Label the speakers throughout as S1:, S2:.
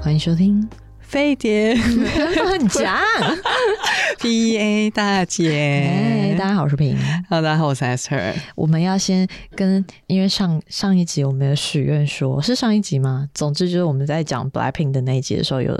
S1: 欢迎收听。
S2: 飞 碟
S1: 很假。
S2: P E A 大
S1: 哎，
S2: 姐，
S1: 大家好，我是平。
S2: Hello，大家好，我是 Esther。
S1: 我们要先跟，因为上上一集我们有许愿说，是上一集吗？总之就是我们在讲 Blackpink 的那一集的时候有，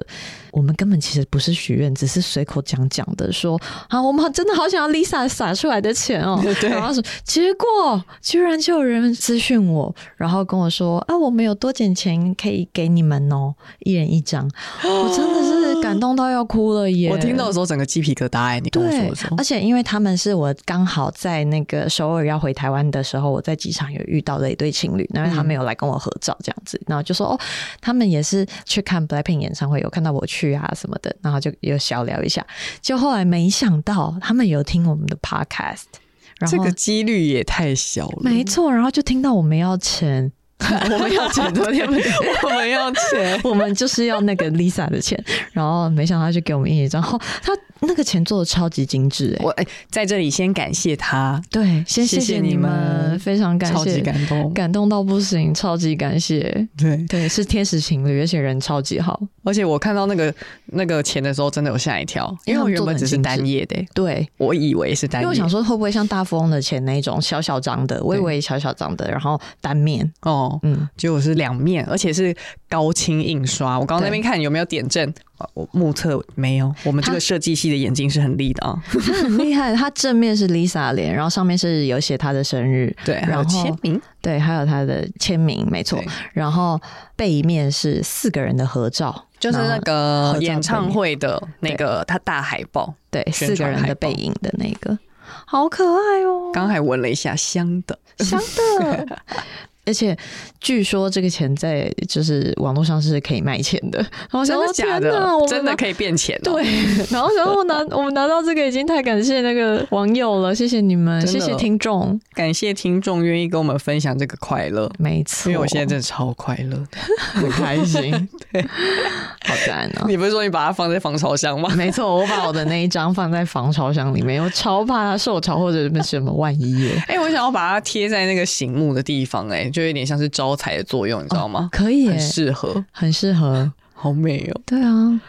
S1: 我们根本其实不是许愿，只是随口讲讲的说啊，我们真的好想要 Lisa 撒出来的钱 哦。
S2: 对
S1: 然后说，结果居然就有人私讯我，然后跟我说啊，我们有多点钱可以给你们哦，一人一张。我真的是感动到要哭了耶！
S2: 我听到的时候整个鸡皮疙瘩哎，你跟我说
S1: 对
S2: 的时候，
S1: 而，且因为他们是我刚好在那个首尔要回台湾的时候，我在机场有遇到的一对情侣，然后他们有来跟我合照这样子，然后就说哦，他们也是去看 BLACKPINK 演唱会，有看到我去啊什么的，然后就有小聊一下，就后来没想到他们有听我们的 podcast，然
S2: 这
S1: 后
S2: 个几率也太小了。
S1: 没错，然后就听到我们要钱，
S2: 我们要钱，昨天 我们要钱。
S1: 我们就是要那个 Lisa 的钱，然后没想到他就给我们一张，然后他那个钱做的超级精致、欸，
S2: 我哎，在这里先感谢他，
S1: 对，先
S2: 谢
S1: 谢
S2: 谢
S1: 谢
S2: 你
S1: 你们，
S2: 们
S1: 非常感谢，
S2: 超级感动。
S1: 感动到不行，超级感谢。
S2: 对，
S1: 对，是天使情侣，而且人超级好。
S2: 而且我看到那个那个钱的时候，真的有吓一跳，因为我原本只是单页的，
S1: 对，
S2: 我以为是单
S1: 因
S2: 页。
S1: 为我想说会不会像大富翁的钱那一种小小张的，我以为小小张的，然后单面，
S2: 哦，
S1: 嗯，
S2: 结果是两面，而且是高清印刷。我刚刚那边看有没有点阵，啊呃我目测没有。我们这个
S1: 它
S2: 设计系的眼睛是很利的啊。
S1: 它很厉害。它正面是 Lisa 脸，然后上面是有写她的生日，
S2: 对，还
S1: 然
S2: 有
S1: 后
S2: 签名，
S1: 对，还有她的签名，没错
S2: 对。
S1: 然后背面是四个人的合照，
S2: 就是那
S1: 然后
S2: 个
S1: 合照
S2: 演唱会的那个他大海报，
S1: 对
S2: 宣
S1: 四个
S2: 传
S1: 人
S2: 海
S1: 的
S2: 报
S1: 背影的那个，好可爱哦。
S2: 刚还闻了一下香的，
S1: 香的。而且据说这个钱在就是网络上是可以卖钱 的，然后我想
S2: 哦真
S1: 说
S2: 的假的
S1: 天哪我？们
S2: 真的
S1: 拿
S2: 可以变钱哦。
S1: 对，然后然后我拿我们拿到这个已经太感谢那个网友了，谢谢你们，
S2: 真
S1: 谢
S2: 的
S1: 谢听众，
S2: 感谢听众愿意跟我们分享这个快乐，
S1: 没错，
S2: 因为我现在真的超快乐 的。
S1: 很开心，对，好赞啊！
S2: 你不是说你把它放在防潮箱吗？
S1: 没错，我把我的那一张放在防潮箱里面，我超怕它受潮或者是什么万一 耶。
S2: 哎、我想要把它贴在那个醒目的地方、哎，就有点像是招财的作用，你知道吗？
S1: 可以耶
S2: 很，适合，
S1: 很适合。
S2: 好美哦！
S1: 对啊，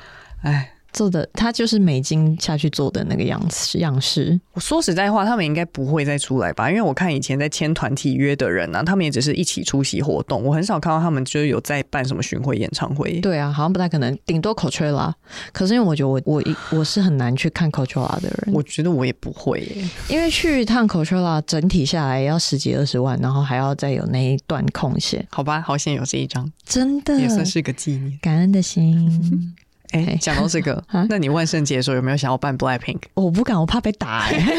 S2: 哎，
S1: 做的它就是美金下去做的那个样式样式。
S2: 我说实在话，他们应该不会再出来吧？因为我看以前在签团体约的人啊，他们也只是一起出席活动，我很少看到他们就是有在办什么巡回演唱会。
S1: 对啊，好像不太可能，顶多 Coachella。可是因为我觉得我我一我是很难去看 Coachella 的人，
S2: 我觉得我也不会耶，
S1: 因为去一趟 Coachella 整体下来要十几二十万，然后还要再有那一段空闲，
S2: 好吧，好险有这一张，
S1: 真的
S2: 也算是个纪念。
S1: 感恩的 心。
S2: 嗯哎、
S1: 哎
S2: 讲到这 个
S1: 啊，
S2: 那你万圣节的时候有没有想要办 Blackpink？
S1: 我不敢，我怕被打、欸，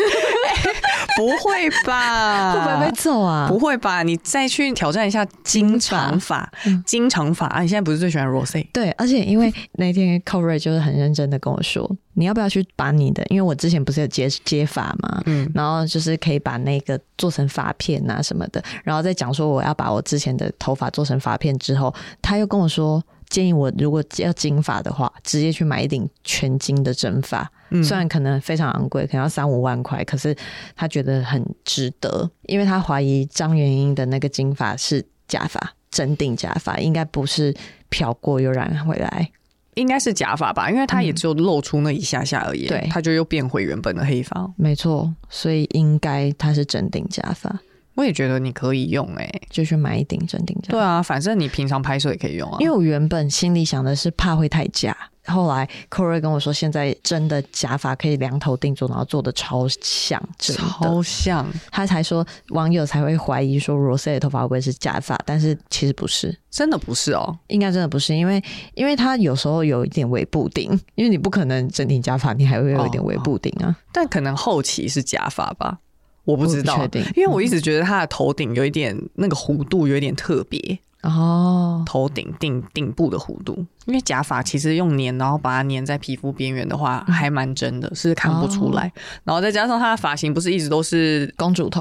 S2: 不会 吧？
S1: 会不会被揍啊？
S2: 不会吧？你再去挑战一下金长发
S1: 嗯，
S2: 金长发啊！你现在不是最喜欢 Rose？
S1: 对，而且因为那天 c o r y 就是很认真的跟我说，你要不要去把你的，因为我之前不是有接接发嘛，
S2: 嗯，
S1: 然后就是可以把那个做成发片啊什么的，然后再讲说我要把我之前的头发做成发片之后，他又跟我说。建议我如果要金发的话，直接去买一顶全金的真发，
S2: 嗯
S1: 虽然可能非常昂贵，可能要三五万块，可是他觉得很值得，因为他怀疑张元英的那个金发是假发，整顶假发应该不是漂过又染回来。
S2: 应该是假发吧，因为它也只有露出那一下下而已，
S1: 嗯对
S2: 它就又变回原本的黑发。
S1: 没错，所以应该他是整顶假发，
S2: 我也觉得你可以用哎、
S1: 就去买一顶整顶假发
S2: 对。啊，反正你平常拍摄也可以用啊。
S1: 因为
S2: 为
S1: 我原本心里想的是怕会太假，后来 Corey 跟我说，现在真的假发可以量头定做，然后做的超像真的，
S2: 超像，
S1: 他才说网友才会怀疑说 Rose 的头发会不会是假发，但是其实不是。
S2: 真的不是哦。
S1: 应该真的不是，因为因为它有时候有一点微布丁， 因为你不可能整顶假发，你还会有一点微布丁啊。
S2: 但可能后期是假发吧，我不知道
S1: 我不确定
S2: 因为我一直觉得他的头顶有一点那个弧度有一点特别，
S1: 哦，
S2: 头顶顶顶部的弧度，因为假发其实用粘，然后把它粘在皮肤边缘的
S1: 嗯
S2: 话，还蛮真的，是看不出
S1: 哦
S2: 来。然后再加上她的发型不是一直都是
S1: 公主头，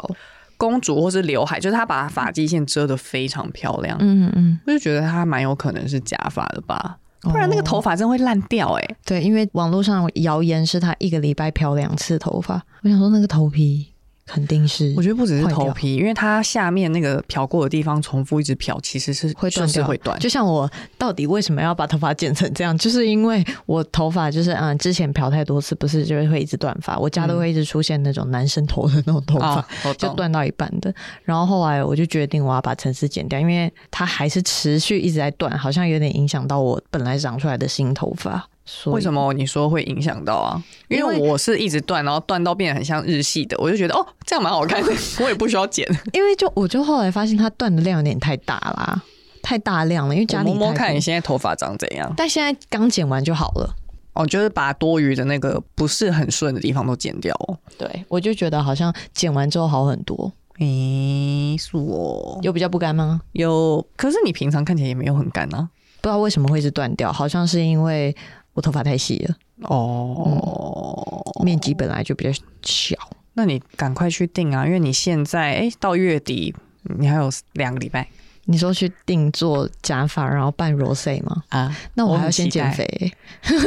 S2: 公主或是刘海，就是她把发际线遮得非常漂亮，
S1: 嗯嗯，
S2: 我就觉得她蛮有可能是假发的吧，
S1: 哦
S2: 不然那个头发真会烂掉哎、
S1: 对，因为网络上谣言是她一个礼拜漂两次头发，我想说那个头皮肯定是，
S2: 我觉
S1: 得
S2: 得不只是
S1: 坏掉
S2: 头皮，因为它下面那个漂过的地方重复一直漂，其实是
S1: 会
S2: 就
S1: 断
S2: 是
S1: 掉，
S2: 会断。
S1: 就像我到底为什么要把头发剪成这样， 就是因为我头发就是嗯，之前漂太多次，不是就会一直断发，我家都会一直出现那种男生头的那种头发，
S2: 啊，我
S1: 就
S2: 懂。
S1: 断到一半的。然后后来我就决定我要把层次剪掉，因为它还是持续一直在断，好像有点影响到我本来长出来的新头发。所以
S2: 为什？么你说会影响到啊？因
S1: 因
S2: 为
S1: 为
S2: 我是一直断，然后断到变得很像日系的，我就觉得哦，这样蛮好看 的，我也不需要剪。
S1: 因为就我就后来发现它断的量有点太大啦，太大量了，因为
S2: 我
S1: 家里
S2: 摸摸
S1: 太
S2: 看
S1: 多
S2: 你现在头发长怎样。
S1: 但现在刚剪完就好了。
S2: 哦，就是把多余的那个不是很顺的地方都剪掉哦。
S1: 对，我就觉得好像剪完之后好很多，
S2: 诶、是哦，
S1: 有比较不干吗？
S2: 有，可是你平常看起来也没有很干啊。
S1: 不知道为什么会是断掉，好像是因为我头发太细了，
S2: 哦，
S1: 面积本来就比较小。
S2: 那你赶快去定啊，因为你现在诶、到月底你还有两个礼拜
S1: 你说去定做假发，然后扮 rose 吗？
S2: 啊，
S1: 那我
S2: 我
S1: 还
S2: 很
S1: 要先
S2: 期
S1: 减
S2: 待
S1: 肥、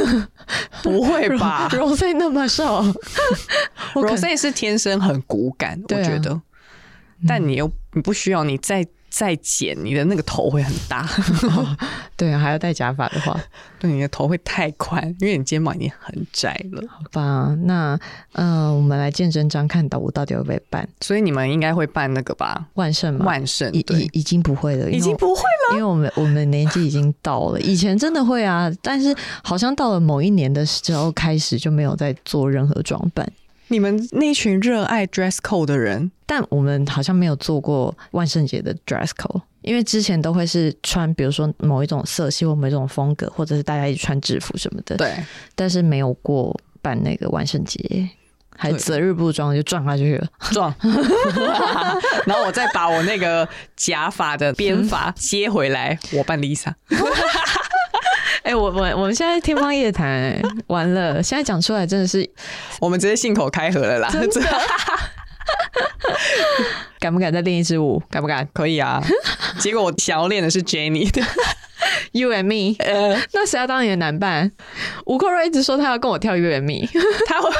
S2: 不会 吧
S1: ？Rose 那 么 瘦我可能
S2: ？Rose 是天生很骨感，我
S1: 对啊嗯
S2: 觉得，但你又你不需要，你再再剪，你的那个头会很大，
S1: 对，啊还要戴假发的话，好
S2: 对，你的头会太宽，因为你肩膀已经很窄了，
S1: 吧？那嗯、呃我们来见真章，看到我到底会不会办
S2: 所以你们应该会办那个吧？
S1: 万圣吗？
S2: 万圣
S1: 已
S2: 对
S1: 已，已经不会嗯了，因为
S2: 已经不会
S1: 因为我们我们年纪已经到了，以前真的会啊，但是好像到了某一年的时候开始就没有再做任何装扮，
S2: 你们那群热爱 dress code 的人，
S1: 但我们好像没有做过万圣节的 dress code，因为之前都会是穿，比如说某一种色系或某一种风格，或者是大家一起穿制服什么的，
S2: 对，
S1: 但是没有过办那个万圣节，还
S2: 对
S1: 择日不装就撞下去了。
S2: 撞，然后我再把我那个假发的编发接回来，我扮 Lisa。
S1: 哎、我我我们现在天方夜谭、 完了，现在讲出来真的是
S2: 我们直接信口开河了啦，
S1: 真 的敢不敢再练一支舞？敢不敢
S2: 可以啊。结果我想要练的是 Jenny 的，
S1: ？You and me，、那谁要当你的男伴？吴克瑞一直说他要跟我跳 You and me，
S2: 他会
S1: 我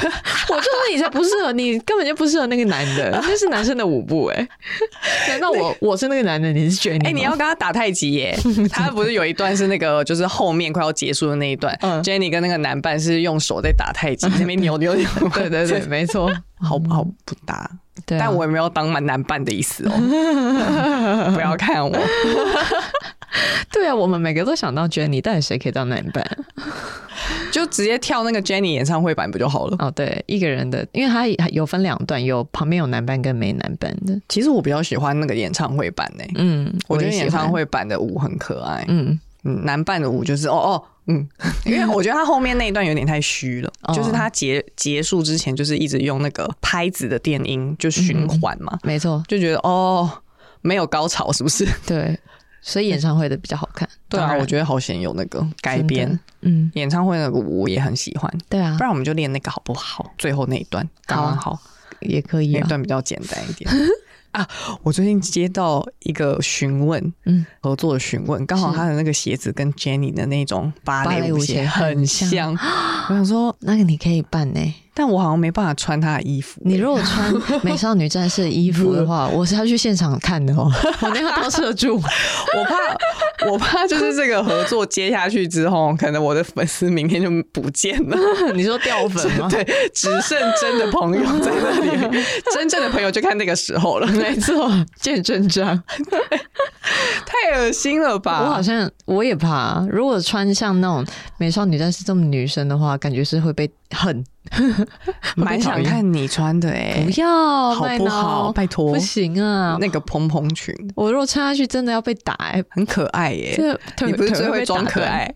S1: 就说你才不适合，你根本就不适合那个男 的，那是男生的舞步哎、难道我我是那个男的，你是觉得
S2: 哎、你要跟他打太极 耶。他不是有一段是那个，就是后面快要结束的那一段、
S1: 嗯
S2: j e n n y 跟那个男伴是用手在打太极，那边扭扭扭。
S1: 对 对对，，没错，
S2: 好好不搭。
S1: 对啊、
S2: 但我也没有当男伴的意思哦， 不要看我。
S1: 对啊，我们每个都想到 Jenny，到底谁可以当男伴？
S2: 就直接跳那个 Jenny 演唱会版不就好了？
S1: 哦，对，一个人的，因为他有分两段，有旁边有男伴跟没男伴的。
S2: 其实我比较喜欢那个演唱会版呢、欸
S1: 嗯，
S2: 我觉
S1: 也
S2: 得演
S1: 喜欢
S2: 唱，会版的舞很可爱，
S1: 嗯，
S2: 嗯，男伴的舞就是哦哦，嗯， 因为我觉得他后面那一段有点太虚了，
S1: 哦
S2: 就是他结结束之前就是一直用那个拍子的电音就循环嘛，
S1: 没错，
S2: 就觉得哦没有高潮是不是？
S1: 对，所以演唱会的比较好看。
S2: 对
S1: 当
S2: 啊，
S1: 然
S2: 我觉得好险有那个改
S1: 真的
S2: 编
S1: 嗯，
S2: 演唱会那个舞我也很喜欢，
S1: 对啊
S2: 不，然我们就练那个好不好？最后那一段刚刚好，啊
S1: 也可以
S2: 那一
S1: 啊。
S2: 段比较简单一点。 啊！我最近接到一个询问，
S1: 嗯，
S2: 合作的询问，刚好
S1: 是
S2: 他的那个鞋子跟 Jenny 的那种芭
S1: 芭
S2: 蕾
S1: 蕾
S2: 舞
S1: 舞
S2: 鞋
S1: 鞋
S2: 很
S1: 很
S2: 像
S1: 像，
S2: 我想说，
S1: 那个你可以办呢、
S2: 但我好像没办法穿他的衣服。
S1: 你如果穿美少女战士的衣服的话，我是要去现场看 的哦，我那要 当社助。
S2: 我怕， 我怕就是这个合作接下去之后，可能我的粉丝明天就不见了。
S1: 你说掉粉 吗？
S2: 对，只剩真的朋友在那 里，真正的朋友就看那个时候了。
S1: 没错，哦见真章。
S2: 太恶心了吧！
S1: 我好像我也怕，啊如果穿像那种美少女战士这么女生的话，感觉是会被 恨。
S2: 蛮想看你穿的哎、
S1: 不要，
S2: 好
S1: 麦
S2: 不
S1: 挠
S2: 好？拜托
S1: 不，行啊！
S2: 那个蓬蓬裙
S1: 我如果穿下去，真的要被打、欸。
S2: 很可爱耶、
S1: 这
S2: 你
S1: 腿
S2: 不是
S1: 腿
S2: 最
S1: 会
S2: 会
S1: 被
S2: 装
S1: 打
S2: 可
S1: 断
S2: 爱？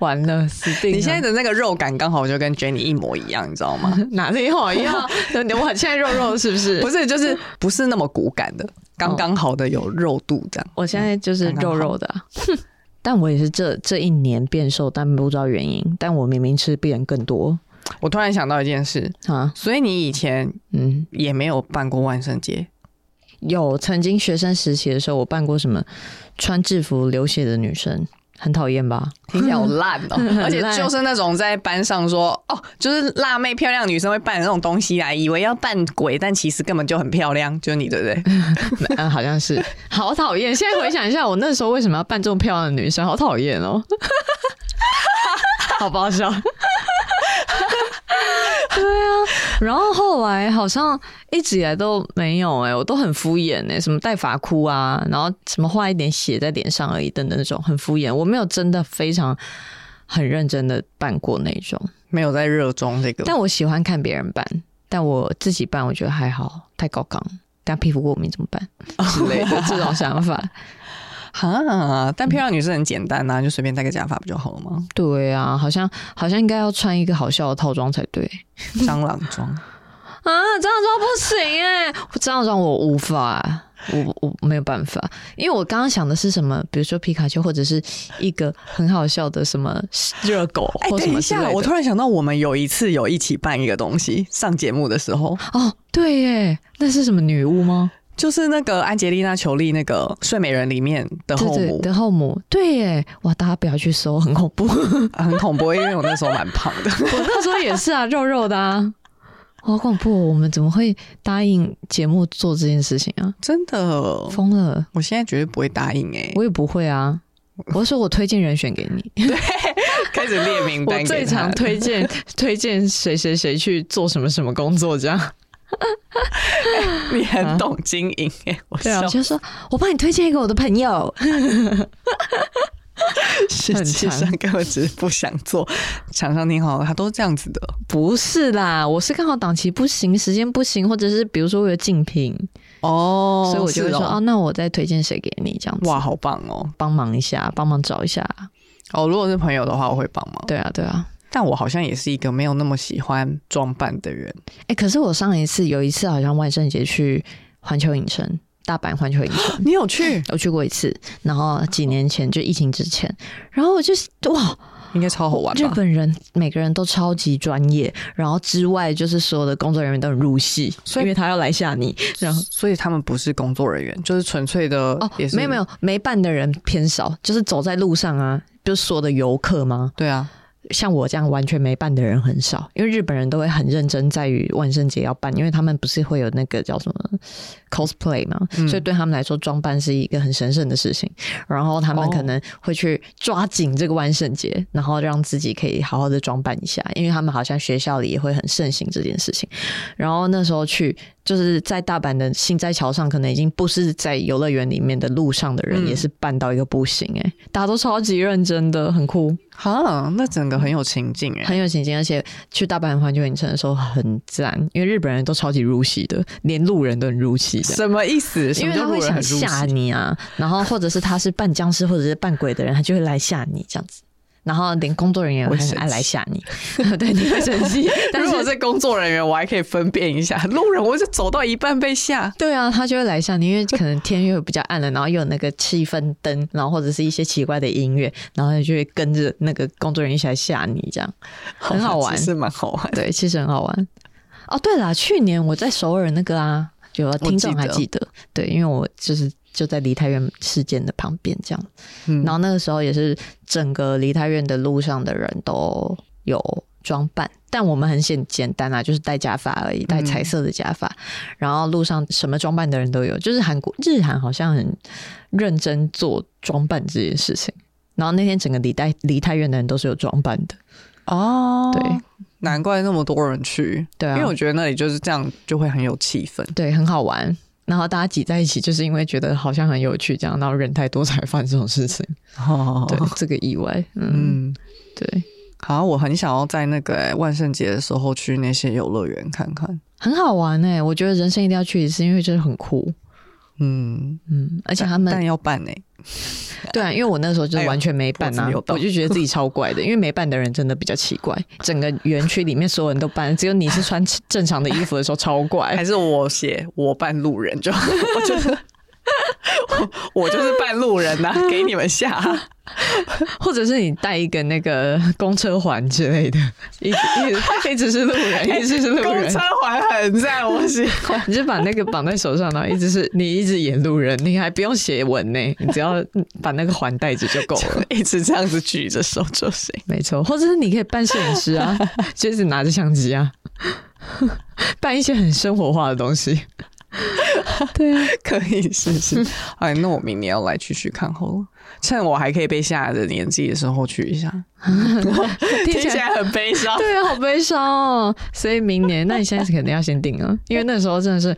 S1: 完了，死定了！
S2: 你现在的那个肉感刚好就跟 Jenny 一模一样，你知道吗？
S1: 哪里好要？我现在肉肉是不是？
S2: 不是，就是不是那么骨感的，刚刚好的有肉度这样。
S1: 我现在就是肉肉的啊， 但我也是这这一年变瘦，但不知道原因。但我明明吃比人更多
S2: 我突然想到一件事，
S1: 啊，
S2: 所以你以前
S1: 嗯，
S2: 也没有办过万圣节，
S1: 有曾经学生时期的时候，我办过什么穿制服流血的女生，很讨厌 吧？
S2: 听起来好烂哦、
S1: 很 烂
S2: 而且就是那种在班上说哦，就是辣妹漂亮女生会扮的那种东西啊，以为要扮鬼，但其实根本就很漂亮，就是你对不对？
S1: 嗯，好像是，好讨厌。现在回想一下，我那时候为什么要扮这么漂亮的女生，好讨厌哦，好爆笑。对啊，啊然后后来好像一直以来都没有哎、我都很敷衍哎、什么戴发箍啊，然后什么画一点血在脸上而已，等等那种很敷衍，我没有真的非常很认真的扮过那种。
S2: 没有在热衷这个，
S1: 但我喜欢看别人扮，但我自己扮我觉得还好，太高纲，但皮肤过敏怎么 办之类的这种想法。
S2: 哈，但漂亮女生很简单呐、啊就随便戴个假发不就好了 吗？
S1: 对啊，好像好像应该要穿一个好笑的套装才对
S2: 蟑螂妆，
S1: 啊！蟑螂装不行哎、蟑螂装我无法，我我没有办法，因为我刚刚想的是什么，比如说皮卡丘或者是一个很好笑的什么热狗
S2: 哎、
S1: 或什
S2: 等
S1: 么
S2: 一
S1: 之类的。
S2: 下，我突然想到，我们有一次有一起办一个东西，上节目的时候，
S1: 哦，对耶，那是什么女巫吗？
S2: 就是那个安吉丽娜·裘丽那个《睡美人》里面的
S1: 对
S2: 后
S1: 对
S2: 母，
S1: 的后母，对耶，哇，大家不要去搜，很恐怖。
S2: 很恐怖，因为我那时候蛮胖的。
S1: 我那时候也是啊，肉 肉的啊，好恐怖、哦！我们怎么会答应节目做这件事情啊？
S2: 真的，
S1: 疯了！
S2: 我现在绝对不会答应哎、
S1: 我也不会啊。我说我推荐人 选给你，
S2: 开始列名单给
S1: 我
S2: 他，
S1: 最常 推荐推荐谁谁谁去做什么什么工作这样。
S2: 你很懂经营哎、我
S1: 啊对啊，
S2: 笑
S1: 我就说我帮你推荐一个我的朋 友，
S2: 实
S1: 很
S2: 际
S1: 常
S2: 上根本只是不想做。想想挺好，他都是这样子的。
S1: 不是啦，我是刚好档期不行，时间不行，或者是比如说我有竞品，
S2: 哦
S1: 所以我就会说
S2: 哦
S1: 哦，那我再推荐谁给你这样子，
S2: 哇，好棒哦！
S1: 帮忙一下，帮忙找一下。
S2: 哦，如果是朋友的话，我会帮忙。
S1: 对啊，对啊。
S2: 但我好像也是一个没有那么喜欢装扮的人。，
S1: 哎、可是我上一次有一次好像万圣节去环球影城，大阪环球影 城
S2: 你有去？
S1: 我去过一次，然后几年前就疫情之前，然后我就是哇，
S2: 应该超好玩
S1: 日
S2: 吧？
S1: 本人每个人都超级专业，然后之外就是所有的工作人员都很入戏，
S2: 所以
S1: 因为他要来吓你，然后。
S2: 所以他们不是工作人员，就是纯粹的
S1: 哦
S2: 也，是
S1: 没有没有，没办的人偏少，就是走在路上啊，就是所有的游客吗？
S2: 对啊，
S1: 像我这样完全没办的人很少，因为日本人都会很认真在于万圣节要办，因为他们不是会有那个叫什么 cosplay 嘛，
S2: 嗯
S1: 所以对他们来说装扮是一个很神圣的事情，然后他们
S2: 哦
S1: 可能会去抓紧这个万圣节，然后让自己可以好好的装扮一下，因为他们好像学校里也会很盛行这件事情。然后那时候去就是在大阪的新斋桥上，可能已经不是在游乐园里面的路上的人，
S2: 嗯
S1: 也是扮到一个不行哎、大家都超级认真的，很酷。
S2: 哈，啊那整个很有情境哎、
S1: 很有情境，而且去大阪环球影城的时候很赞，因为日本人都超级入戏的，连路人都很入戏的。
S2: 什么意思？什
S1: 因
S2: 么
S1: 为
S2: 叫
S1: 他会
S2: 路人很
S1: 想
S2: 入
S1: 吓
S2: 戏？
S1: 你啊，然后或者是他是扮僵尸或者是扮鬼的人，他就会来吓你这样子，然后连工作人员也
S2: 我会
S1: 很
S2: 生
S1: 爱来吓你， 对，你会生 气，但
S2: 如
S1: 是
S2: 果是工作人员，我还可以分辨一下； 路人，我就走到一半被吓。
S1: 对啊，他就会来吓你，因为可能天又比较暗了，然后又有那个气氛灯，然后或者是一些奇怪的音乐，然后他就会跟着那个工作人员一起来吓你这样。很 好玩
S2: 其实蛮好玩。
S1: 对，其实很好玩。哦，对啦，去年我在首尔那个啊，有听众还记得，对，因为我就是就在梨泰院事件的旁边这样，
S2: 嗯
S1: 然后那个时候也是整个梨泰院的路上的人都有装扮，但我们很简简单啊，就是戴假发而已，戴彩色的假发，然后路上什么装扮的人都有，就是韩国日韩好像很认真做装扮这件事情。然后那天整个梨泰梨泰院的人都是有装扮的，
S2: 哦，
S1: 对，
S2: 难怪那么多人去，
S1: 对啊，
S2: 因为我觉得那里就是这样，就会很有气氛。
S1: 对，很好玩。然后大家挤在一起，就是因为觉得好像很有趣，这样，然后人太多才会发生这种事情。
S2: 哦
S1: 对，这个意外，嗯，
S2: 嗯，
S1: 对，
S2: 好，我很想要在那个、欸万圣节的时候去那些游乐园看看。
S1: 很好玩哎、我觉得人生一定要去一次，因为真的很酷。
S2: 嗯，
S1: 嗯，而且他
S2: 但
S1: 们
S2: 要办哎、
S1: 对啊，因为我那时候就
S2: 哎
S1: 是
S2: 呦
S1: 完全没办
S2: 脖
S1: 啊
S2: 子，扭到
S1: 我就觉得自己 超怪的，因为没办的人真的比较奇怪。整个园区里面所有人都办，只有你
S2: 哎
S1: 是穿正常的衣服的时候超怪
S2: 还。是我写我扮路人就，我觉得我就是半路人 呐、给你们下、
S1: 或者是你带一个那个公车环之类的，一直一直一直是路人，一直是路
S2: 哎公
S1: 人
S2: 车，环很赞，我喜欢。
S1: 你就把那个绑在手上，然后一直是你一直演路人，你还不用写文呢，你只要把那个环带着就够 了。
S2: 一直这样子举着手就行。
S1: 没错，或者是你可以扮摄影师啊，就是拿着相机啊， 扮一些很生活化的东西。对啊，
S2: 可以试 试。哎，那我明年要来去去看好了，趁我还可以被吓的年纪的时候去一下。
S1: 听
S2: 听
S1: 起
S2: 起
S1: 来
S2: 来很悲伤。
S1: 对啊，好悲伤哦。所以明年，那你现在是肯定要先定啊，因为那时候真的是。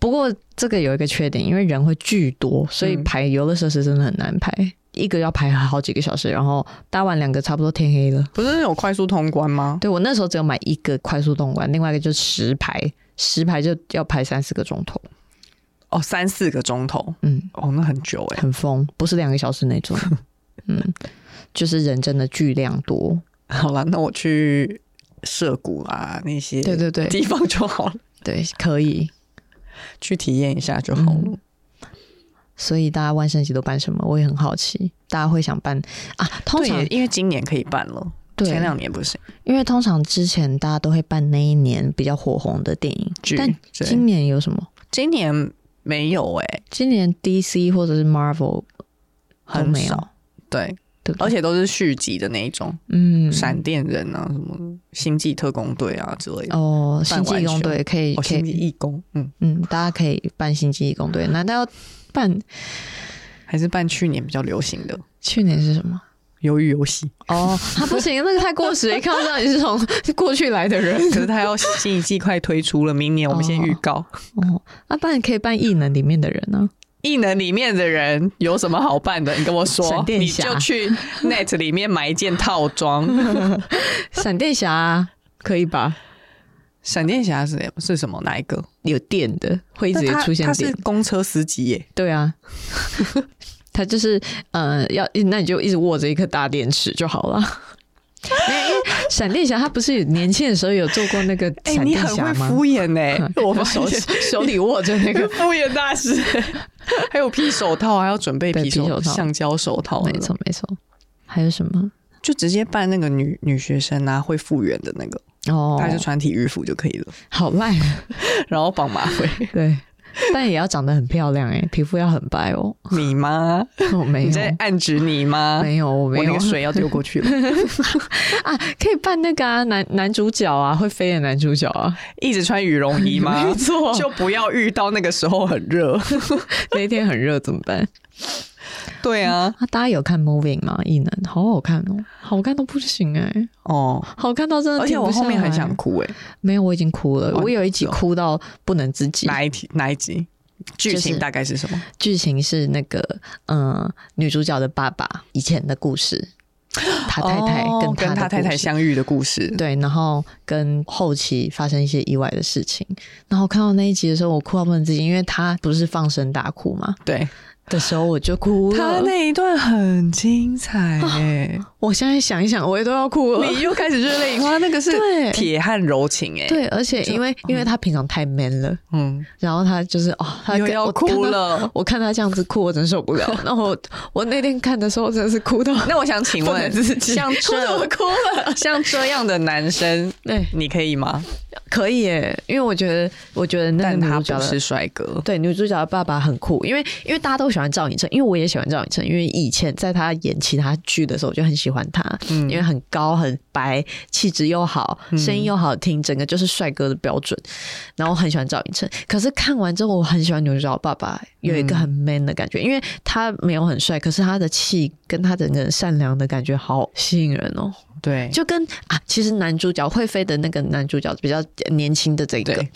S1: 不过这个有一个缺点，因为人会巨多，所以
S2: 嗯
S1: 排游乐设施真的很难排。一个要排好几个小时，然后搭完两个差不多天黑了。
S2: 不是有快速通关吗？
S1: 对我那时候只有买一个快速动玩，另外一个就是十排，十排就要排三四个钟头，
S2: 哦，三四个钟头，
S1: 嗯，
S2: 哦，那很久哎、
S1: 很疯，不是两个小时那 种，嗯，就是人真的巨量多。
S2: 好了，那我去涉谷啊那些
S1: 对对对
S2: 地方就好了，
S1: 对，可以。
S2: 去体验一下就好了。
S1: 所以大家万圣节都办什么？我也很好奇，大家会想办啊？通
S2: 对
S1: 常
S2: 耶，因为今年可以办了，
S1: 对
S2: 前两年不行。
S1: 因为通常之前大家都会办那一年比较火红的电影
S2: 剧，
S1: 但
S2: 对
S1: 今年有什么？
S2: 今年没有哎、
S1: 今年 DC 或者是 Marvel 都
S2: 很
S1: 没
S2: 少
S1: 有，
S2: 对，
S1: 对不对？
S2: 而且都是续集的那一种，
S1: 嗯，
S2: 闪电人啊，什么星际特工队啊之类的。
S1: 哦，星
S2: 办
S1: 际
S2: 完
S1: 义工
S2: 全
S1: 队可以
S2: 哦，
S1: 可
S2: 星
S1: 以，
S2: 际义工，嗯，
S1: 嗯，大家可以办星际义工队，难道要办？
S2: 还是办去年比较流行的
S1: 去年是什么？
S2: 鱿鱼游戏，
S1: 哦，他不行，那个太过时，一看不到你是从过去来的人。
S2: 可是它要新一季快推出了，明年我们先预告。
S1: 哦，那当然可以扮异能里面的人呢、
S2: 异能里面的人有什么好办的？你跟我说
S1: 闪，电
S2: 你
S1: 侠
S2: 就去 Net 里面买一件套 装。
S1: 闪电侠、可以吧？
S2: 闪电侠是是什么？哪一个？
S1: 有电的会一直
S2: 那他
S1: 出现
S2: 他是
S1: 电，
S2: 公车司机耶，
S1: 对 啊。他就是，呃，要那你就一直握着一颗大电池就好了。没有，因为哎闪电侠他不是有年轻的时候有做过那个
S2: 哎、
S1: 闪
S2: 你
S1: 电
S2: 很
S1: 侠
S2: 会
S1: 吗？
S2: 敷衍哎、
S1: 欸
S2: 我发
S1: 手
S2: 现
S1: 手里握着那
S2: 那个
S1: 个，
S2: 敷衍大师， 还有皮手套，还要准备
S1: 对
S2: 皮
S1: 皮手
S2: 手
S1: 套
S2: 橡胶手套，
S1: 没错，没错。还有什么？
S2: 就直接办那个女女学生啊，会复原的那个，
S1: 哦
S2: 她、，就穿体育服就可以了，
S1: 好 烂啊。
S2: 然后绑马 尾。
S1: 对，但也要长得很漂亮哎、皮肤要很白 哦。
S2: 你吗？
S1: 我哦没
S2: 你
S1: 有，
S2: 在暗指你吗？
S1: 没有，我没
S2: 我
S1: 有
S2: 那个水要丢过去了，
S1: 啊， 可以扮那个啊，男男主角啊，会飞的男主角啊，
S2: 一直穿羽绒衣吗？
S1: 没错，
S2: 就不要遇到那个时候很热。
S1: 那一天很热怎么办？
S2: 对啊，
S1: 啊，大家有看 Moving 吗？异能好好看哦，好看到不行哎、
S2: 哦，
S1: 好看到真的
S2: 而
S1: 停
S2: 且
S1: 不
S2: 我后面
S1: 下来
S2: 很想，哭哎，
S1: 没有，我已经哭了，
S2: 哦
S1: 我有一集
S2: 是哦
S1: 哭到不能自己。
S2: 哪一题哪一集？剧
S1: 就是
S2: 情大概是什么？
S1: 剧情是那个嗯、呃女主角的爸爸以前的 故事，他太太
S2: 哦
S1: 跟
S2: 跟
S1: 他的
S2: 太
S1: 故
S2: 太
S1: 事
S2: 相遇的故事。
S1: 对，然后跟后期发生一些意外的事情，然后看到那一集的时候，我哭到不能自己，因为他不是放声大哭嘛
S2: 对，
S1: 的时候，我就哭
S2: 他
S1: 了。
S2: 那一段很精彩哎，
S1: 我现在想一想，我也都要哭 了。
S2: 你又开始热泪盈眶，那个是
S1: 对
S2: 铁汉柔情哎，
S1: 对，而且因为因为他平常太 man 了，
S2: 嗯，
S1: 然后他就是哦，他
S2: 又
S1: 跟
S2: 要
S1: 我看
S2: 哭
S1: 他
S2: 了。
S1: 我看他这样子哭，我真受不 了。然后我我那天看的时候，真的是哭到
S2: 那我想请
S1: 不能
S2: 问，
S1: 自己，
S2: 像
S1: 我怎么
S2: 这
S1: 哭了？
S2: 像这样的男生，
S1: 对，
S2: 你可以吗？
S1: 可以耶，因为我觉得我觉得 那个
S2: 但
S1: 女
S2: 他
S1: 主角
S2: 不
S1: 的
S2: 是帅哥，
S1: 对，女主角的爸爸很酷，因为因为大家都喜欢赵寅成，因为我也喜欢赵寅成，因为以前在他演其他剧的时候，我就很喜欢他，因为很高很白，气质又好，声音又好听，整个就是帅哥的标准。然后我很喜欢赵寅成，可是看完之后，我很喜欢女主角的爸爸，有一个很 man 的感觉，因为他没有很帅，可是他的气跟他整个人善良的感觉好吸引人哦，
S2: 对，
S1: 就跟啊，其实男主角会飞的那个男主角比较年轻的这一个
S2: 对。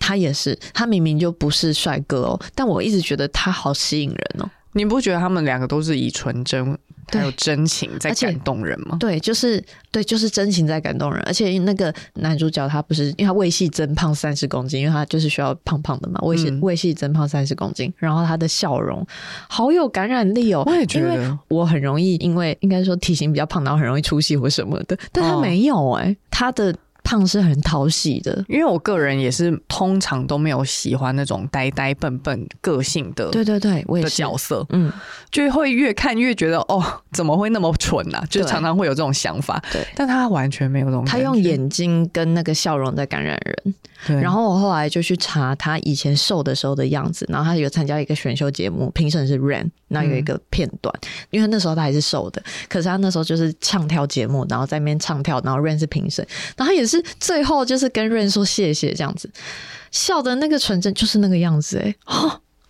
S1: 他也是，他明明就不是帅哥哦，但我一直觉得他好吸引人哦。
S2: 你不觉得他们两个都是以纯真
S1: 对
S2: 还有真情在
S1: 而且
S2: 感动人吗？
S1: 对，就是对，就是真情在感动人。而且那个男主角他不是，因为他胃系增胖三十公斤，因为他就是需要胖胖的嘛，胃系、
S2: 嗯
S1: 胃系增胖三十公斤。然后他的笑容好有感染力哦，
S2: 我也觉
S1: 因为
S2: 得，
S1: 我很容易因为应该说体型比较胖，然后很容易出戏或什么的，但他没有哎、他的。胖是很讨喜的。
S2: 因为我个人也是通常都没有喜欢那种呆呆笨笨个性的
S1: 对对对，我也
S2: 的
S1: 是。
S2: 角色，
S1: 嗯，
S2: 就会越看越觉得哦，怎么会那么蠢啊？就
S1: 对
S2: 常常会有这种想法，
S1: 对。
S2: 但他完全没有这种感
S1: 他
S2: 觉。
S1: 用眼睛跟那个笑容在感染人。
S2: 对，
S1: 然后我后来就去查他以前瘦的时候的样子，然后他有参加一个选秀节目，评审是 Ran，那有一
S2: 嗯
S1: 个片段，因为那时候他还是瘦的，可是他那时候就是唱跳节目，然后在那边唱跳，然后 Ran 是评审，然后他也是最后就是跟 Ran 说谢谢这样子，笑的那个纯真就是那个样子、欸，哎、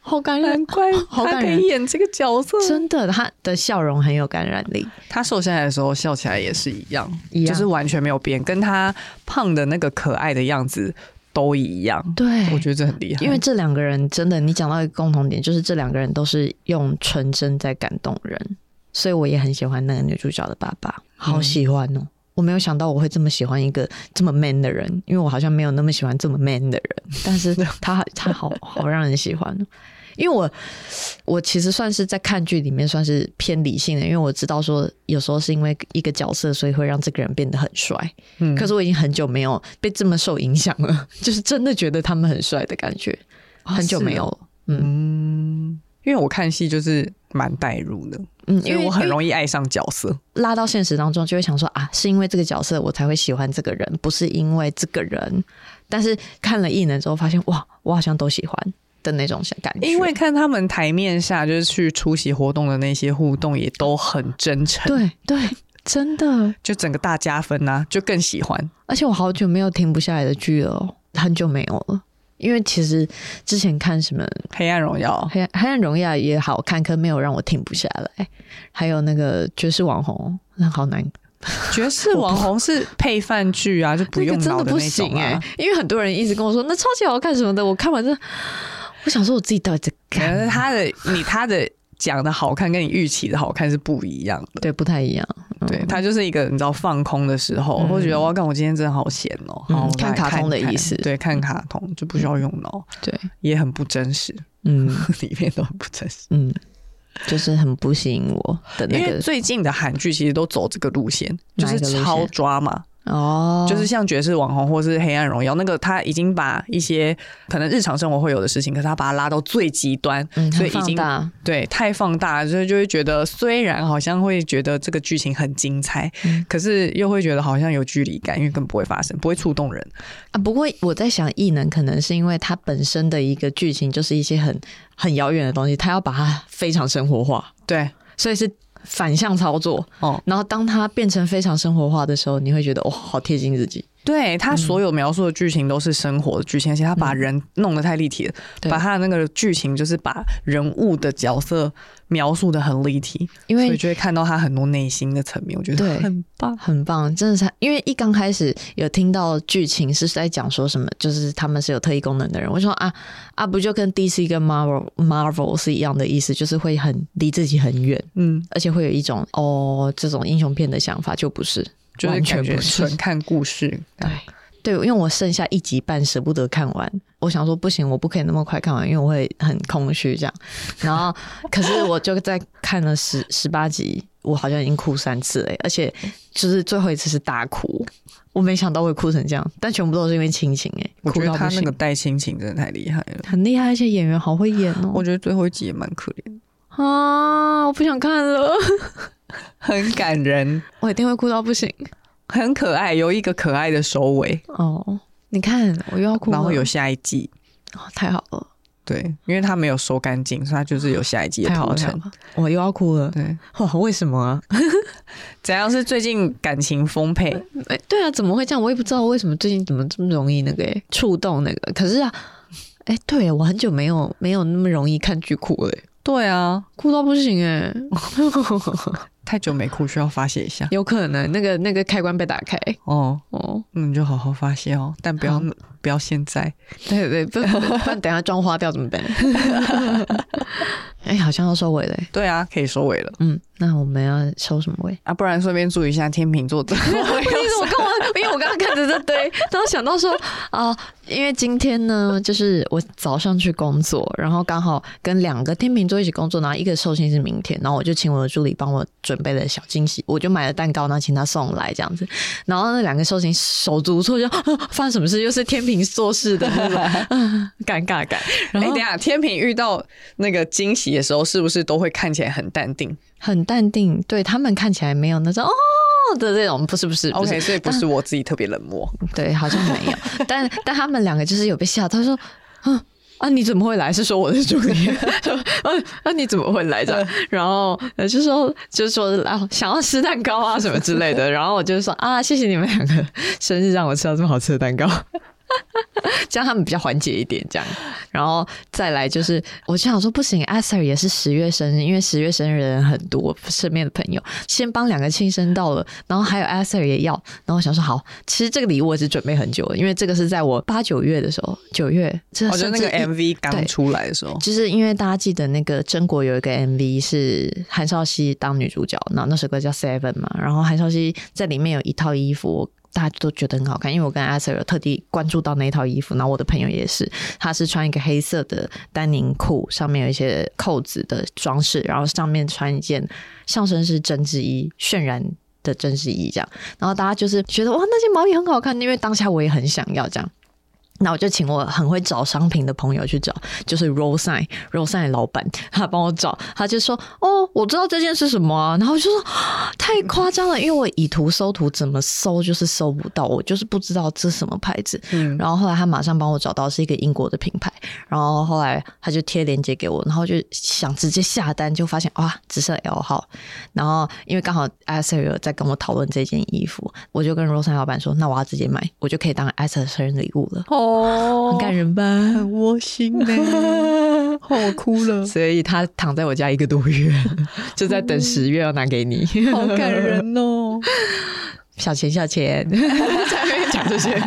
S1: 好感人
S2: 难。怪
S1: 好
S2: 他
S1: 感
S2: 可
S1: 人
S2: 以演这个角色。
S1: 真的，他的笑容很有感染力。
S2: 他瘦下来的时候笑起来也是一样，
S1: 一样
S2: 就是完全没有变，跟他胖的那个可爱的样子都一样。
S1: 对，
S2: 我觉得这很厉害，
S1: 哎因为这两个人真的，你讲到一个共同点，就是这两个人都是用纯真在感动人，所以我也很喜欢那个女主角的爸爸，好喜欢哦。我没有想到我会这么喜欢一个这么 man 的人，因为我好像没有那么喜欢这么 man 的人，但是他他好好让人喜欢哦。因为我我其实算是在看剧里面算是偏理性的，因为我知道说有时候是因为一个角色，所以会让这个人变得很帅。
S2: 嗯
S1: 可是我已经很久没有被这么受影响了， 就是真的觉得他们很帅的感觉，
S2: 啊
S1: 很久没有
S2: 是
S1: 了。
S2: 嗯，因为我看戏就是蛮代入的，
S1: 嗯，
S2: 因为我很
S1: 易
S2: 容易爱上角色。
S1: 拉到现实当中，就会想说啊，是因为这个角色我才会喜欢这个人，不是因为这个人。但是看了异能之后，发现哇，我好像都喜欢的那种感觉。
S2: 因为看他们台面下就是去出席活动的那些互动也都很真诚，
S1: 对对，真的，
S2: 就整个大加分呐、就更喜欢。
S1: 而且我好久没有停不下来的剧了哦，很久没有了。因为其实之前看什么
S2: 黑暗荣耀
S1: 黑暗黑暗荣耀啊也好看，可没有让我停不下来。还有那个爵士网红，那好难，
S2: 爵士网红是配饭剧 啊，就不
S1: 那个
S2: 用
S1: 真
S2: 脑
S1: 的
S2: 那
S1: 不
S2: 种
S1: 行哎、
S2: 啊。
S1: 因为很多人一直跟我说那超级好看什么的，我看完这，我想说我自己到底在
S2: 可
S1: 看，
S2: 能他的你他的讲的好看跟你预期的好看是不一样的。
S1: 对，不太一样。嗯
S2: 对，他就是一个你知道放空的时候，
S1: 嗯
S2: 会觉得哇，干我今天真的好闲哦、
S1: 嗯
S2: 好我来
S1: 看卡通的意思
S2: 看对，看卡通就不需要用脑，
S1: 对，
S2: 也很不真实，
S1: 嗯
S2: 里面都很不真实。
S1: 嗯，就是很不吸引我的
S2: 因
S1: 那
S2: 为
S1: 个
S2: 最近的韩剧其实都走这个路线，就
S1: 哪一
S2: 是
S1: 个路线
S2: 超抓嘛，
S1: 哦，
S2: 就是像《爵士网红》或是《黑暗荣耀》，那个他已经把一些可能日常生活会有的事情，可是他把它拉到最极端，
S1: 嗯，
S2: 所以
S1: 很
S2: 已
S1: 放
S2: 经
S1: 大，
S2: 对，太放大，所以就会觉得，虽然好像会觉得这个剧情很精彩，
S1: 嗯
S2: 可是又会觉得好像有距离感，因为根本不会发生，不会触动人。
S1: 啊，不过我在想，异能可能是因为它本身的一个剧情就是一些很很遥远的东西，它要把它非常生活化，
S2: 对，
S1: 所以是反向操作。
S2: 哦，
S1: 然后当它变成非常生活化的时候，你会觉得哇、哦好贴近自己。
S2: 对
S1: 嗯
S2: 他所有描述的剧情都是生活的剧情，而且他把人弄得太立体了，
S1: 对
S2: 把他的那个剧情就是把人物的角色描述的很立体，
S1: 因
S2: 所以
S1: 为
S2: 就会看到他很多内心的层面，我觉得
S1: 对
S2: 很棒。
S1: 很棒，真的是，因为一刚开始有听到剧情是在讲说什么，就是他们是有特异功能的人，我就说啊啊，不就跟 DC 跟 Marvel Marvel 是一样的意思，就是会很离自己很远，
S2: 嗯，
S1: 而且会有一种哦这种英雄片的想法，就不是，
S2: 就是
S1: 完全
S2: 感觉
S1: 不是
S2: 纯看故事。啊
S1: 对对，因为我剩下一集半舍不得看完，我想说不行，我不可以那么快看完，因为我会很空虚这样。然后，可是我就在看了十十八集，我好像已经哭三次了，而且就是最后一次是大哭，我没想到会哭成这样，但全部都是因为亲情哎、
S2: 我
S1: 哭
S2: 觉得
S1: 到
S2: 他
S1: 不
S2: 那个
S1: 行。
S2: 带亲情真的太厉害了，
S1: 很厉害，而且演员好会演
S2: 我
S1: 哦！
S2: 觉得最后一集也蛮可怜，
S1: 啊，我不想看了，
S2: 很感人。
S1: 我一定会哭到 不行
S2: 很可爱，有一个可爱的收尾，
S1: 哦！你看，我又要哭了，
S2: 然后有下一季。
S1: 哦太好了，
S2: 对，因为它没有收干净，所以它就是有下一季的
S1: 太好
S2: 铺
S1: 了，太好
S2: 陈。
S1: 了我又要哭了，
S2: 对，
S1: 哇，为什么啊？
S2: 怎样是最近感情丰沛？
S1: 哎、对啊，怎么会这样？我也不知道为什么最近怎么这么容易那个哎、触动那个。可是啊，哎、对我很久没有没有那么容易看剧哭了、哎
S2: 对啊，
S1: 哭到不行哎、
S2: 太久没哭，需要发泄一下。
S1: 有可能那个那个开关被打开
S2: 哦，
S1: 哦，
S2: 那你就好好发泄哦，但不要不要现在。
S1: 对对，不不不然等一下 妆花掉怎么办？哎、好像要收尾嘞、
S2: 对啊，可以收尾了。
S1: 嗯，那我们要收什么尾？
S2: 啊，不然顺便注意一下 天秤座的
S1: 没有，你怎么跟我？因为我刚刚看着这 堆，然后想到说啊、因为今天呢，就是我早上去工作，然后刚好跟两个天秤座一起工作，然后一个寿星是明天，然后我就请我的助理帮我准备了小惊喜，我就买了蛋糕，然后请他送来这样子。然后那两个寿星手足无措，就、 啊、发生什么事？又是天秤做事的那种、 啊尴尬感。
S2: 哎、
S1: 然后
S2: 等一下，天平遇到那个惊喜的时候，是不是都会看起来很淡定
S1: 很淡定，对他们看起来没有那种哦。的这种不是不是不是
S2: ？OK，所以不是我自己特别冷漠。
S1: 对，好像没有。但但他们两个就是有被吓到，他说：“啊啊，你怎么会来？”是说我的助理， 说：“啊啊，你怎么会来的？”然后呃就说就说啊，想要吃蛋糕啊什么之类的。然后我就说：“啊，谢谢你们两个生日让我吃到这么好吃的蛋糕。” 这样他们比较缓解一点，这样，然后再来就是，我就想说不行阿 Sir 也是十月生日，因为十月生日的人很多，身边的朋友先帮两个庆生到了，然后还有阿 Sir 也要，然后我想说好，其实这个礼物我是准备很久了，因为这个是在我八九月的时候，九月，这
S2: 我觉得
S1: 甚
S2: 哦那
S1: 至
S2: 个
S1: 一
S2: MV 刚出来的时候，
S1: 就是因为大家记得那个真国有一个 MV 是韩少熙当女主角，然后那首歌叫 Seven 嘛，然后韩少熙在里面有一套衣服。大家都觉得很好看，因为我跟阿 Sir 有特地关注到那一套衣服，然后我的朋友也是，他是穿一个黑色的丹宁裤，上面有一些扣子的装饰，然后上面穿一件上身是针织衣，渲染的针织衣这样，然后大家就是觉得哇，那件毛衣很好看，因为当下我也很想要这样，那我就请我很会找商品的朋友去找，就是 Roseanne Roseanne 的老板，他帮我找，他就说：“哦，我知道这件是什么啊。”然后我就说啊：“太夸张了，因为我以图搜图，怎么搜就是搜不到，我就是不知道这什么牌子。”
S2: 嗯，
S1: 然后后来他马上帮我找到是一个英国的品牌，然后后来他就贴链接给我，然后就想直接下单，就发现哇，只剩 L 号。然后因为刚好 a s e r 有在跟我讨论这件衣服，我就跟 Roseanne 老板说：“那我要直接买，我就可以当 a s e r 生日礼物了。”
S2: 哦
S1: 很感人吧？
S2: 很窝心呢、 哦，我哭了，
S1: 所以他躺在我家一个多月， 就在等十月要拿给你。
S2: 好感人哦。
S1: 小钱小钱，在那边讲这些。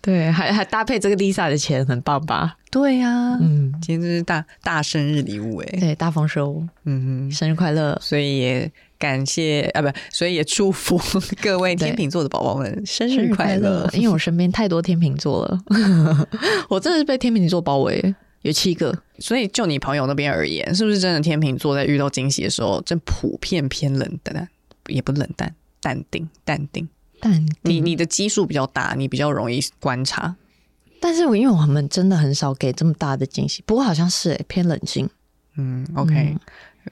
S1: 对，还还搭配这个 Lisa 的钱，很棒吧？
S2: 对呀、
S1: 嗯，
S2: 今天真是大大生日礼物哎、
S1: 对，大丰收，
S2: 嗯哼，
S1: 生日快乐！
S2: 所以也感谢啊，不，所以也祝福 各位天秤座的宝宝们生
S1: 生
S2: 日
S1: 日
S2: 快
S1: 快
S2: 乐
S1: 乐！！因为我身边太多天秤座 了，我真的是被天秤座包围，有七个。
S2: 所以就你朋友那边而言，是不是真的天秤座在遇到惊喜的时候，真普遍偏冷淡，也不冷淡，淡定，淡定。
S1: 但
S2: 你你的基数比较大，你比较容易观察。
S1: 但是我因为我们真的很少给这么大的惊喜，不过好像是、欸、偏冷静。
S2: 嗯，OK，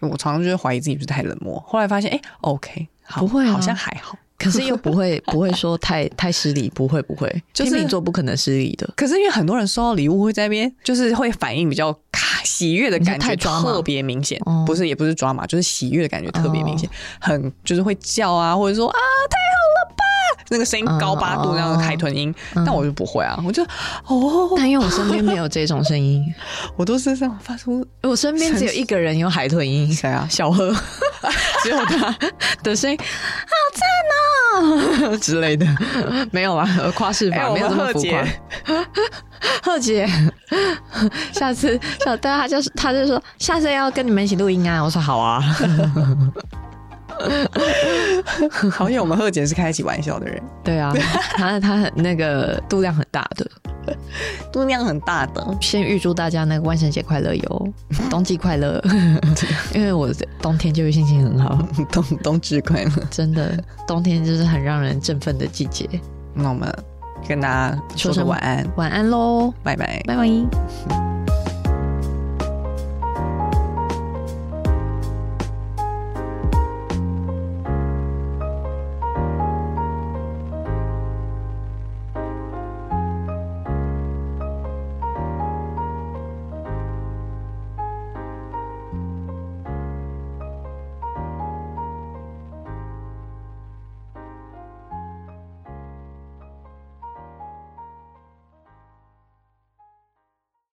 S2: 我常常就会怀疑自己是不是太冷漠，后来发现，哎、o k 好，
S1: 不会啊
S2: 好像还好。
S1: 可是又不 会不会说太太失礼，不会不会，
S2: 就是
S1: 天秤座不可能失礼的。
S2: 可是因为很多人收到礼物会在那边，就是会反应比较卡喜悦的感
S1: 你说
S2: 觉
S1: 太抓马
S2: 特别明显，
S1: 哦
S2: 不是也不是抓马，就是喜悦的感觉特别明显，很就是会叫啊，或者说啊太好了吧，那个声音高八度那样的开臀音，
S1: 嗯
S2: 但我就不会啊，我就哦，
S1: 但因为我身边没有这种声音，
S2: 我都是这样发出
S1: 我身边只有一个人有海豚音，
S2: 谁啊？
S1: 小何， 只有 他的声音，好赞哦 之类的，没有啦，啊夸饰
S2: 哎
S1: 法、
S2: 我
S1: 没有
S2: 们
S1: 这么
S2: 贺
S1: 浮夸
S2: 姐。，
S1: 贺姐，下次小对啊他就是他就说下次要跟你们一起录音啊，我说好 啊，
S2: 好像我们贺姐是开得起玩笑的人，
S1: 对啊，他他很那个度量很大的，
S2: 度量很大的。
S1: 先预祝大家那个万圣节快乐哟，冬季快 乐，因为我冬天就会心情很好，
S2: 冬冬至快乐！
S1: 真的，冬天就是很让人振奋的季节。
S2: 那我们跟大家说
S1: 说
S2: 声
S1: 声
S2: 晚安，
S1: 晚安喽，
S2: 拜拜。
S1: 拜拜。